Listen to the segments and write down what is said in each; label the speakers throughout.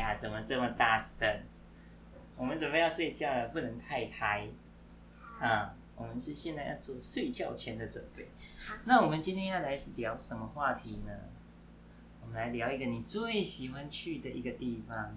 Speaker 1: 啊，怎么这么大声？我们准备要睡觉了，不能太嗨啊！我们是现在要做睡觉前的准备。那我们今天要来聊什么话题呢？我们来聊一个你最喜欢去的一个地方。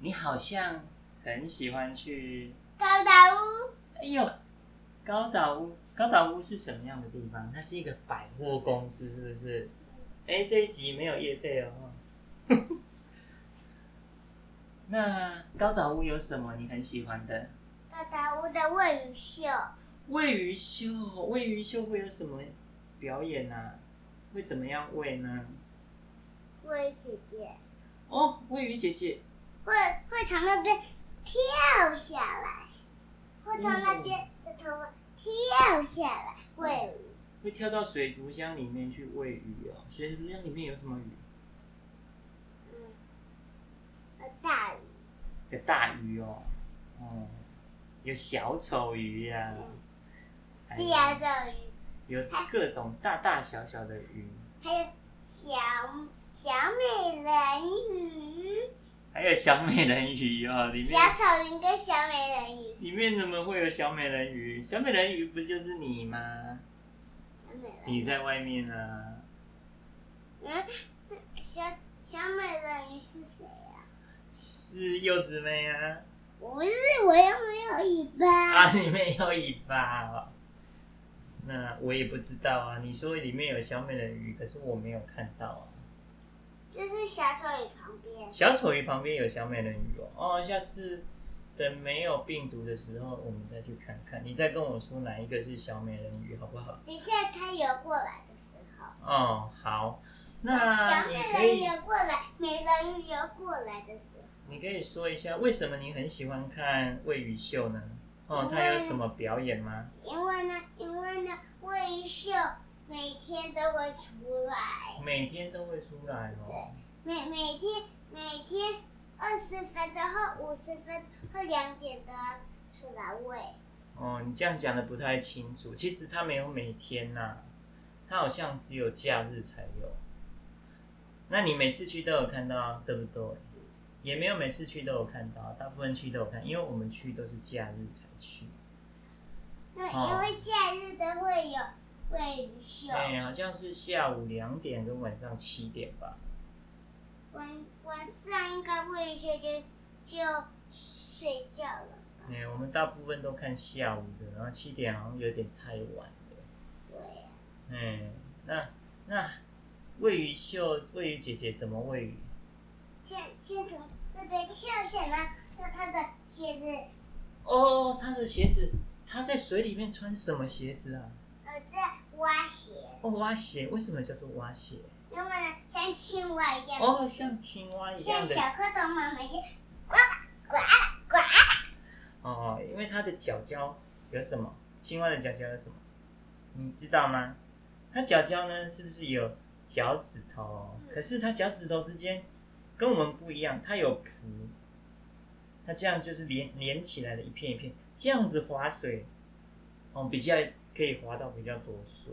Speaker 1: 你好像很喜欢去，
Speaker 2: 高岛屋，
Speaker 1: 哎呦，高岛屋。高岛屋是什么样的地方？它是一个百货公司，是不是？哎，这一集没有夜配哦。 那高岛屋有什么你很喜欢的？
Speaker 2: 高岛屋的魏雨秀，
Speaker 1: 喂鱼秀，喂鱼秀会有什么表演啊？会怎么样喂呢？
Speaker 2: 魏雨姐姐
Speaker 1: 哦，喂鱼姐姐，
Speaker 2: 会会从那边跳下来，会从那边的头发跳下来。魏雨
Speaker 1: 会跳到水族箱里面去喂鱼哦。水族箱里面有什么鱼？
Speaker 2: 嗯，呃大鱼，
Speaker 1: 有大鱼哦，哦，有小丑鱼呀、
Speaker 2: 嗯
Speaker 1: 还有
Speaker 2: 钓着鱼，
Speaker 1: 有各种大大小小的鱼，
Speaker 2: 还有小小美人鱼，
Speaker 1: 还有小美人鱼哦，里
Speaker 2: 小
Speaker 1: 面
Speaker 2: 丑鱼跟小美人鱼，
Speaker 1: 里面怎么会有小美人鱼？小美人鱼不就是你吗？
Speaker 2: 小美人
Speaker 1: 你
Speaker 2: 鱼，
Speaker 1: 在外面啊，
Speaker 2: 嗯，小小美人鱼是谁呀、
Speaker 1: 是柚子妹啊，
Speaker 2: 不是，我又没有尾巴。
Speaker 1: 啊，里面有尾巴哦。那我也不知道啊，你说里面有小美人鱼，可是我没有看到啊。
Speaker 2: 就是小丑鱼旁边。
Speaker 1: 小丑鱼旁边有小美人鱼哦。哦，下次等没有病毒的时候，我们再去看看。你再跟我说哪一个是小美人鱼，好不好？
Speaker 2: 等一下它游过来的时候，
Speaker 1: 哦，好。
Speaker 2: 哎小
Speaker 1: 那你
Speaker 2: 美
Speaker 1: 可
Speaker 2: 人鱼
Speaker 1: 以，
Speaker 2: 游过来，美人鱼游过来的时候，
Speaker 1: 你可以说一下为什么你很喜欢看魏雨秀呢？哦，
Speaker 2: 因为
Speaker 1: 他有什么表演吗？
Speaker 2: 因为呢，因为呢，魏鱼秀每天都会出来，
Speaker 1: 每天都会出来哦。
Speaker 2: 每每天每天二十分钟后、五十分钟后两点都要出来喂。
Speaker 1: 哦，你这样讲的不太清楚。其实他没有每天呐、他好像只有假日才有。那你每次去都有看到，对不对？也没有每次去都有看到，大部分去都有看，因为我们去都是假日才去。
Speaker 2: 那
Speaker 1: 哦
Speaker 2: 因为假日都会有喂鱼秀，
Speaker 1: 哎、好像是下午两点跟晚上七点吧。
Speaker 2: 晚晚上应该喂鱼秀就就睡觉了吧？
Speaker 1: 哎、我们大部分都看下午的，然后七点好像有点太晚了。
Speaker 2: 对呀、
Speaker 1: 哎、那那喂鱼秀，喂鱼姐姐怎么喂鱼？
Speaker 2: 先先从这边跳下来，到他的鞋子，
Speaker 1: 哦，他的鞋子，他在水里面穿什么鞋子啊？
Speaker 2: 呃，这蛙鞋，
Speaker 1: 哦，蛙鞋，为什么叫做蛙鞋？
Speaker 2: 因为呢像青蛙一样，
Speaker 1: 哦，像青蛙一
Speaker 2: 像
Speaker 1: 样的
Speaker 2: 小蝌蚪妈妈一样，
Speaker 1: 哦，因为它的脚脚有什么？青蛙的脚脚有什么？你知道吗？它脚脚呢，是不是有脚趾头？
Speaker 2: 嗯
Speaker 1: 可是它脚趾头之间跟我们不一样，它有蹼，它这样就是连连起来的一片一片，这样子划水，哦，比较可以划到比较多水。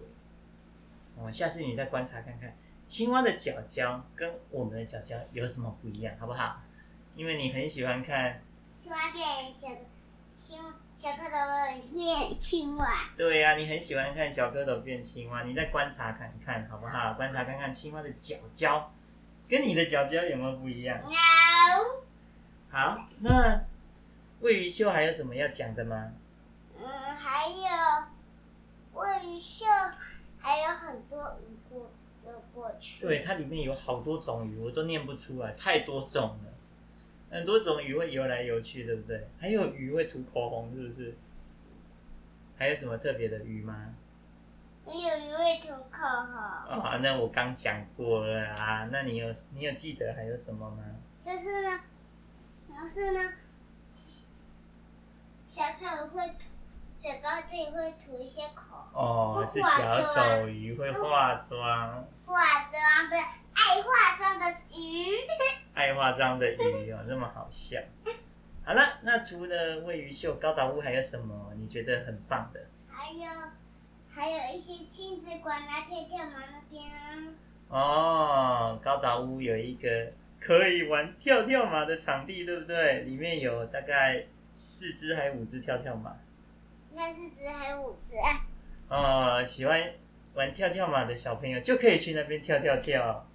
Speaker 1: 哦，下次你再观察看看，青蛙的脚脚跟我们的脚脚有什么不一样，好不好？因为你很喜欢看
Speaker 2: 青蛙变小青小蝌蚪变青蛙，
Speaker 1: 对啊呀、你很喜欢看小蝌蚪变青蛙，你再观察看看好不好？观察看看青蛙的脚脚跟你的脚脚有没有不一样？
Speaker 2: no，
Speaker 1: 好，那喂鱼秀还有什么要讲的吗？
Speaker 2: 嗯，还有喂鱼秀，还有很多鱼过游过去，
Speaker 1: 对，，它里面有好多种鱼，我都念不出来，太多种了。很多种鱼会游来游去，对不对？还有鱼会涂口红，是不是？还有什么特别的鱼吗？
Speaker 2: 有鱼会涂口红，
Speaker 1: 啊、那我刚讲过了啊。那你有你有记得还有什么吗？
Speaker 2: 就是呢，就是呢，小丑鱼会涂嘴巴这里会涂一些口
Speaker 1: 哦，是小丑鱼会化妆，
Speaker 2: 化妆的啊爱化妆的鱼，
Speaker 1: 爱化妆的鱼哦，这么好笑。好了，那除了喂鱼秀、高岛屋，还有什么你觉得很棒的？
Speaker 2: 还有还有一些亲子馆啊、跳跳马那边啊，
Speaker 1: 哦，高岛屋有一个可以玩跳跳马的场地，对不对？里面有大概四只还五只跳跳马。
Speaker 2: 应该是只还有五次啊。
Speaker 1: 呃，喜欢玩跳跳马的小朋友就可以去那边跳跳跳，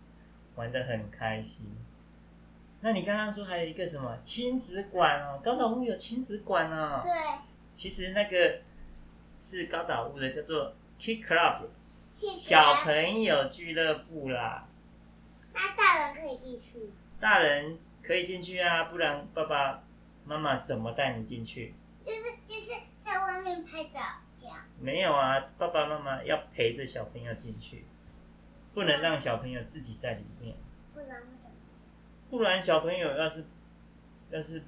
Speaker 1: 玩的很开心。那你刚刚说还有一个什么亲子馆哦，高岛屋有亲子馆哦。
Speaker 2: 对，
Speaker 1: 其实那个是高岛屋的，叫做 Kid Club
Speaker 2: 去
Speaker 1: 小朋友俱乐部啦。
Speaker 2: 啊那大人可以进去吗？
Speaker 1: 大人可以进去啊，不然爸爸妈妈怎么带你进去？
Speaker 2: 就是就是在外面拍照这样。
Speaker 1: 没有啊，爸爸妈妈要陪着小朋友进去，不能让小朋友自己在里面，
Speaker 2: 不然会怎么样？
Speaker 1: 不然小朋友要是要是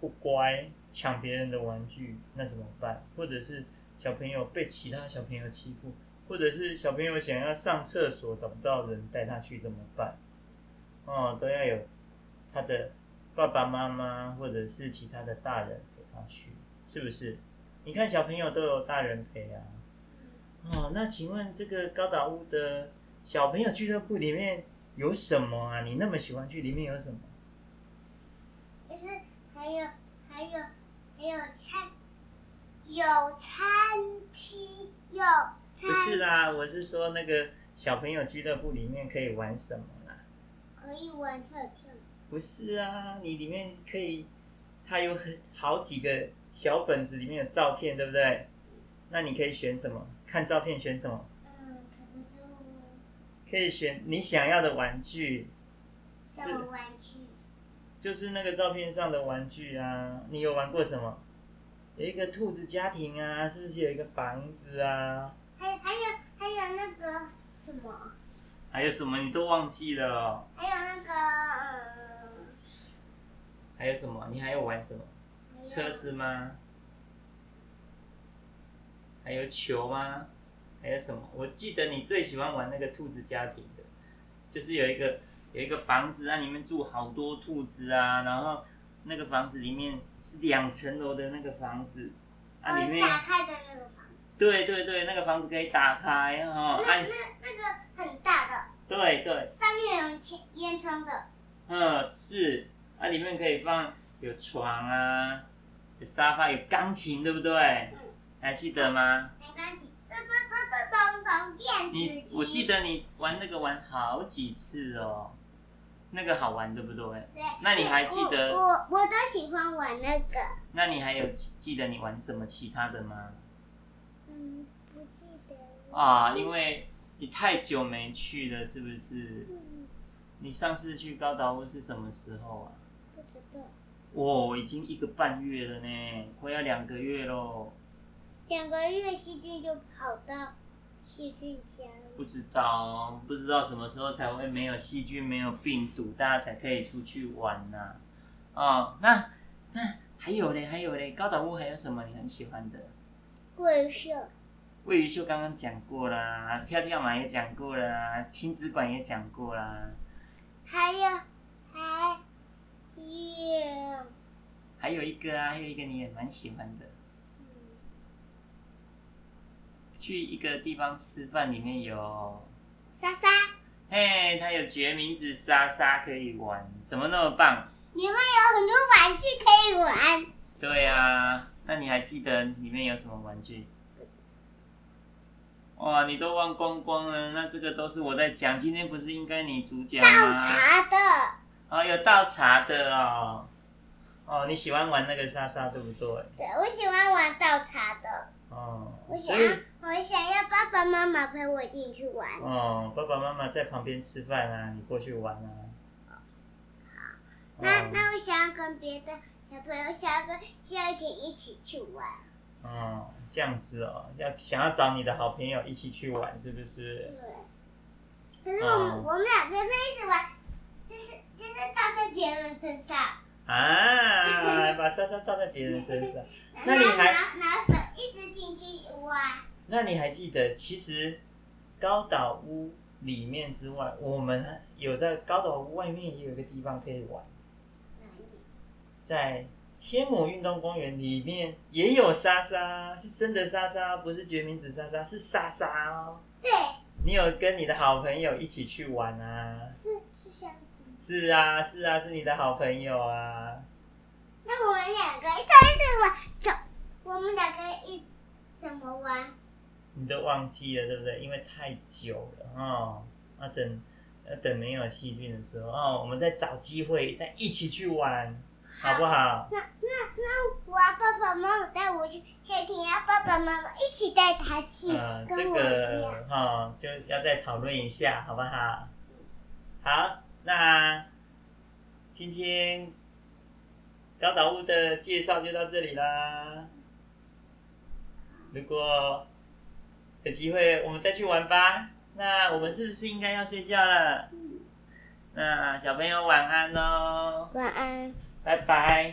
Speaker 1: 不乖，抢别人的玩具，那怎么办？或者是小朋友被其他小朋友欺负，或者是小朋友想要上厕所找不到人带他去怎么办？哦，都要有他的爸爸妈妈或者是其他的大人陪他去，是不是？你看小朋友都有大人陪啊。
Speaker 2: 嗯
Speaker 1: 哦，那请问这个高岛屋的小朋友俱乐部里面有什么啊？你那么喜欢去，里面有什么？
Speaker 2: 就是还有还有还有餐，有餐厅，有餐
Speaker 1: 不是啦，我是说那个小朋友俱乐部里面可以玩什么啦？
Speaker 2: 可以玩跳跳。
Speaker 1: 不是啊，你里面可以，它有很好几个小本子，里面有照片，对不对？那你可以选什么？看照片选什么？
Speaker 2: 嗯，可能就
Speaker 1: 可以选你想要的玩具，
Speaker 2: 什么玩具？
Speaker 1: 就是那个照片上的玩具啊。你有玩过什么？有一个兔子家庭啊，是不是有一个房子啊？
Speaker 2: 还还有还有那个什么？
Speaker 1: 还有什么你都忘记了哦、
Speaker 2: 还有那个嗯，
Speaker 1: 还有什么？你还有玩什么？
Speaker 2: 还有
Speaker 1: 车子吗？还有球吗？还有什么？我记得你最喜欢玩那个兔子家庭的，就是有一个有一个房子啊，里面住好多兔子啊，然后那个房子里面是两层楼的那个房子啊，里
Speaker 2: 呃
Speaker 1: 面
Speaker 2: 打开的那个房子，
Speaker 1: 对对对，那个房子可以打开哦，
Speaker 2: 那
Speaker 1: 哎、
Speaker 2: 那那个很大的，
Speaker 1: 对对，
Speaker 2: 上面有烟烟囱的，
Speaker 1: 嗯是，啊里面可以放有床啊，有沙发，有钢琴，对不对？
Speaker 2: 嗯，
Speaker 1: 还记得吗？
Speaker 2: 弹钢琴，咚咚咚咚咚咚，电
Speaker 1: 你
Speaker 2: 子琴。
Speaker 1: 我记得你玩那个玩好几次哦，那个好玩对不对？
Speaker 2: 对，
Speaker 1: 那你还记得
Speaker 2: 我我我都喜欢玩那个，
Speaker 1: 那你还有记记得你玩什么其他的吗？
Speaker 2: 嗯，不记得了。
Speaker 1: 啊，因为你太久没去了，是不是？
Speaker 2: 嗯，
Speaker 1: 你上次去高岛屋是什么时候啊？
Speaker 2: 不知道。
Speaker 1: 哦，已经一个半月了呢，快要两个月喽。
Speaker 2: 两个月细菌就跑到细菌家了。
Speaker 1: 不知道，不知道什么时候才会没有细菌、没有病毒，大家才可以出去玩呐、哦，那那还有嘞，还有嘞，高岛屋还有什么你很喜欢的？
Speaker 2: 怪兽，
Speaker 1: 魏鱼秀刚刚讲过啦，跳跳马也讲过啦，亲子馆也讲过啦，
Speaker 2: 还有还有，
Speaker 1: 还有一个啊，还有一个你也蛮喜欢的，去一个地方吃饭，里面有，
Speaker 2: 莎莎，
Speaker 1: 嘿，它有决明子莎莎可以玩，怎么那么棒？
Speaker 2: 你会有很多玩具可以玩。
Speaker 1: 对啊，那你还记得里面有什么玩具？哇，你都忘光光了，那这个都是我在讲，今天不是应该你主讲
Speaker 2: 倒
Speaker 1: 吗？
Speaker 2: 茶的，
Speaker 1: 哦，有倒茶的哦。哦，你喜欢玩那个莎莎对不对？
Speaker 2: 对我喜欢玩倒茶的，
Speaker 1: 哦，
Speaker 2: 我
Speaker 1: 所
Speaker 2: 想要
Speaker 1: 以
Speaker 2: 我想要爸爸妈妈陪我进去玩。
Speaker 1: 哦，爸爸妈妈在旁边吃饭啊，你过去玩啊。
Speaker 2: 那
Speaker 1: 哦
Speaker 2: 那我想要跟别的小朋友，想要跟下一天一起去玩。
Speaker 1: 哦，这样子哦，要想要找你的好朋友一起去玩，是不
Speaker 2: 对
Speaker 1: 是？。
Speaker 2: 可是我们、
Speaker 1: 哦
Speaker 2: 我们俩就是一直玩，就是就是倒在别人身上，
Speaker 1: 啊，把莎莎倒在别人身上。
Speaker 2: 然
Speaker 1: 那你
Speaker 2: 后
Speaker 1: 还
Speaker 2: 拿拿手一直进去玩。
Speaker 1: 那你还记得，其实高岛屋里面之外，我们有在高岛屋外面也有一个地方可以玩，在天母运动公园里面也有莎莎，是真的莎莎，不是决明子莎莎，是莎莎哦。
Speaker 2: 对，
Speaker 1: 你有跟你的好朋友一起去玩啊？
Speaker 2: 是是香
Speaker 1: 是啊，是啊，是你的好朋友啊。
Speaker 2: 那我们两个一直一直玩，怎我们两个一直怎么玩？
Speaker 1: 你都忘记了，对不对？因为太久了哦。那等，要等没有细菌的时候哦，我们再找机会再一起去玩，好不好？
Speaker 2: 那那那我要爸爸妈妈带我去，夏天要爸爸妈妈一起带他去，
Speaker 1: 啊，这
Speaker 2: 跟我一样。
Speaker 1: 个哈、哦、就要再讨论一下，好不好？好，那今天高岛屋的介绍就到这里啦。如果有机会，我们再去玩吧。那我们是不是应该要睡觉
Speaker 2: 嗯
Speaker 1: 了？那小朋友晚安喽，
Speaker 2: 晚安。
Speaker 1: 拜拜。